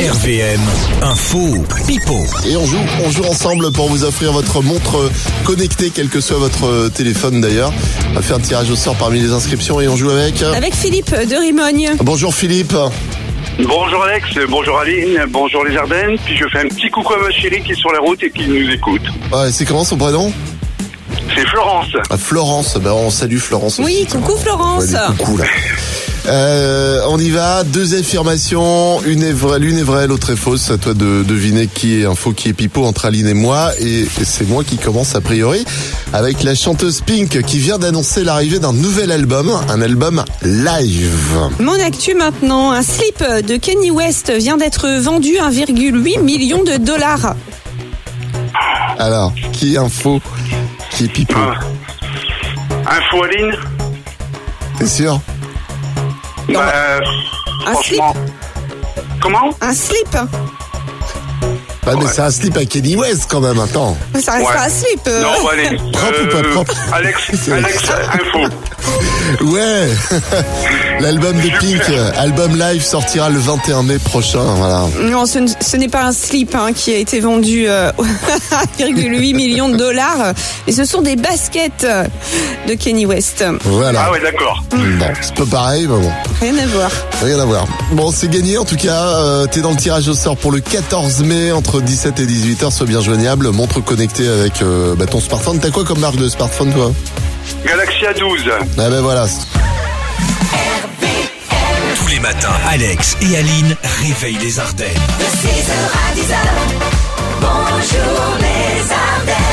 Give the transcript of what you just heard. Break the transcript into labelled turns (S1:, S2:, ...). S1: RVM, info, pipo.
S2: Et on joue, on joue ensemble pour vous offrir votre montre connectée, quel que soit votre téléphone d'ailleurs. On va faire un tirage au sort parmi les inscriptions et on joue avec.
S3: Avec Philippe de Rimogne.
S2: Bonjour Philippe.
S4: Bonjour Alex, bonjour Aline, bonjour les Ardennes. Puis je fais un petit coucou à ma chérie qui est sur la route et qui nous écoute.
S2: Ouais, c'est comment son prénom
S4: C'est Florence.
S2: Ah, Florence. Ben, on salue Florence. aussi. hein.
S3: Oui, coucou
S2: Ouais,
S3: Florence.
S2: des coucous, là. Euh, on y va, deux affirmations, une est vraie, l'une est vraie, l'autre est fausse. À toi de deviner qui est info, qui est pipeau entre Aline et moi. Et c'est moi qui commence a priori avec la chanteuse Pink qui vient d'annoncer l'arrivée d'un nouvel album, un album live.
S3: Mon actu maintenant, un slip de Kenny West vient d'être vendu 1,8 million de dollars.
S2: Alors, qui est info, qui est pipeau
S4: Ah. Info Aline
S2: T'es sûr
S4: Bah, euh,
S3: Un
S4: Franchement. Comment
S3: Un slip
S2: Bah mais c'est un slip à Kenny West quand même, attends.
S3: Ça reste
S4: Ouais.
S3: pas un slip. euh.
S4: Non, bah, allez. Euh,
S2: Propre ou pas propre
S4: Alex,
S2: C'est-
S4: Alex, info.
S2: Ouais L'album de Pink, euh, album live sortira le 21 mai prochain, voilà.
S3: Non, ce, n- ce n'est pas un slip hein, qui a été vendu euh, 1,8 million de dollars, mais ce sont des baskets euh, de Kenny West.
S2: Voilà.
S4: Ah ouais, d'accord.
S2: Bon, c'est pas pareil, mais bon.
S3: Rien à voir.
S2: Rien à voir. Bon, c'est gagné en tout cas. Euh, T'es dans le tirage au sort pour le 14 mai entre 17 et 18h. Sois bien joignable. Montre connectée avec euh, bah, ton smartphone. T'as quoi comme marque de smartphone toi
S4: Galaxia 12.
S2: Ah ben voilà.
S1: Tous les matins, Alex et Aline réveillent les Ardennes.
S5: De 6h à 10h, bonjour les Ardennes.